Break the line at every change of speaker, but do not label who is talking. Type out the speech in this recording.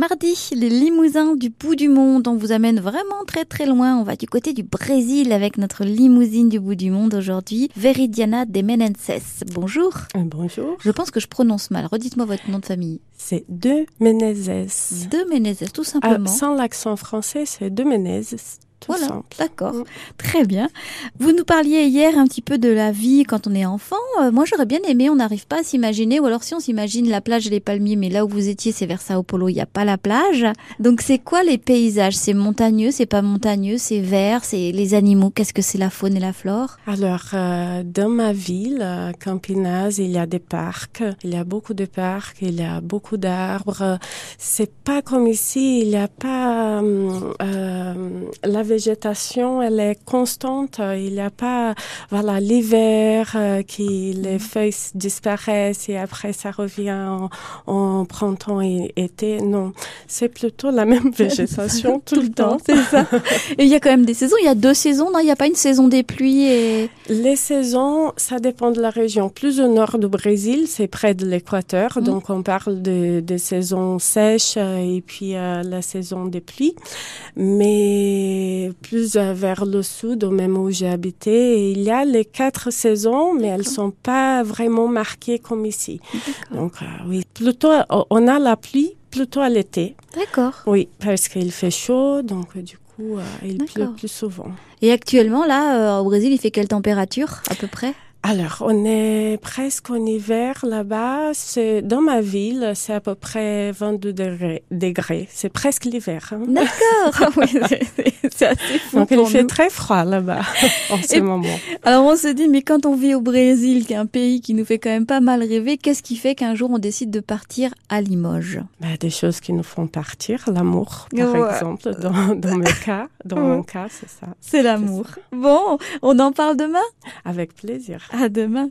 Mardi, les limousins du bout du monde. On vous amène vraiment très très loin. On va du côté du Brésil avec notre limousine du bout du monde aujourd'hui, Veridiana de Menenses. Bonjour.
Bonjour.
Je pense que je prononce mal. Redites-moi votre nom de famille.
C'est De Menezes.
De Menezes, tout
Ah,
simplement.
sans l'accent français, c'est De Menezes. Tout
Voilà,
simple.
d'accord.
Mm.
Très bien. Vous nous parliez hier un petit peu de la vie quand on est enfant. Euh, moi, j'aurais bien aimé, on n'arrive pas à s'imaginer, ou alors si on s'imagine la plage et les palmiers, mais là où vous étiez, c'est vers Sao Paulo, il n'y a pas la plage. Donc, c'est quoi les paysages C'est montagneux, c'est pas montagneux, c'est vert, c'est les animaux, qu'est-ce que c'est la faune et la flore
Alors, euh, dans ma ville, euh, Campinas, il y a des parcs. Il y a beaucoup de parcs, il y a beaucoup d'arbres. C'est pas comme ici, il n'y a pas... hum, euh, la végétation, elle est constante. Il n'y a pas, voilà, l'hiver euh, qui, les feuilles s- disparaissent et après ça revient en, en printemps et été. Non, c'est plutôt la même végétation tout, le temps.
c'est ça. Et il y a quand même des saisons, il y a deux saisons, non Il n'y a pas une saison des pluies et...
Les saisons, ça dépend de la région. Plus au nord du Brésil, c'est près de l'équateur,
Mm.
donc on parle de, de saisons sèches euh, et puis euh, la saison des pluies. Mais plus euh, vers le sud, au même où j'ai habité, il y a les quatre saisons, mais elles sont pas vraiment marquées comme ici. Donc euh, oui, plutôt euh, on a la pluie plutôt à l'été.
D'accord.
Oui, parce qu'il fait chaud, donc euh, du coup euh, il pleut
D'accord.
plus souvent.
Et actuellement, là, euh, au Brésil, il fait quelle température, à peu près
Alors, on est presque en hiver là-bas. C'est- Dans ma ville, c'est à peu près 22 degrés. degrés. C'est presque l'hiver. hein.
D'accord. Ah Oui, c'est- c'est- c'est assez fou
Donc, il
pour
fait
nous.
très froid là-bas en ce
Et-
moment.
Alors on se dit, mais quand on vit au Brésil, qui est un pays qui nous fait quand même pas mal rêver, qu'est-ce qui fait qu'un jour on décide de partir à Limoges
Bah, des choses qui nous font partir, l'amour, par
Ouais.
exemple, dans, dans mes cas. Dans mon cas, c'est ça.
C'est l'amour. Bon, on en parle demain
Avec plaisir.
À demain.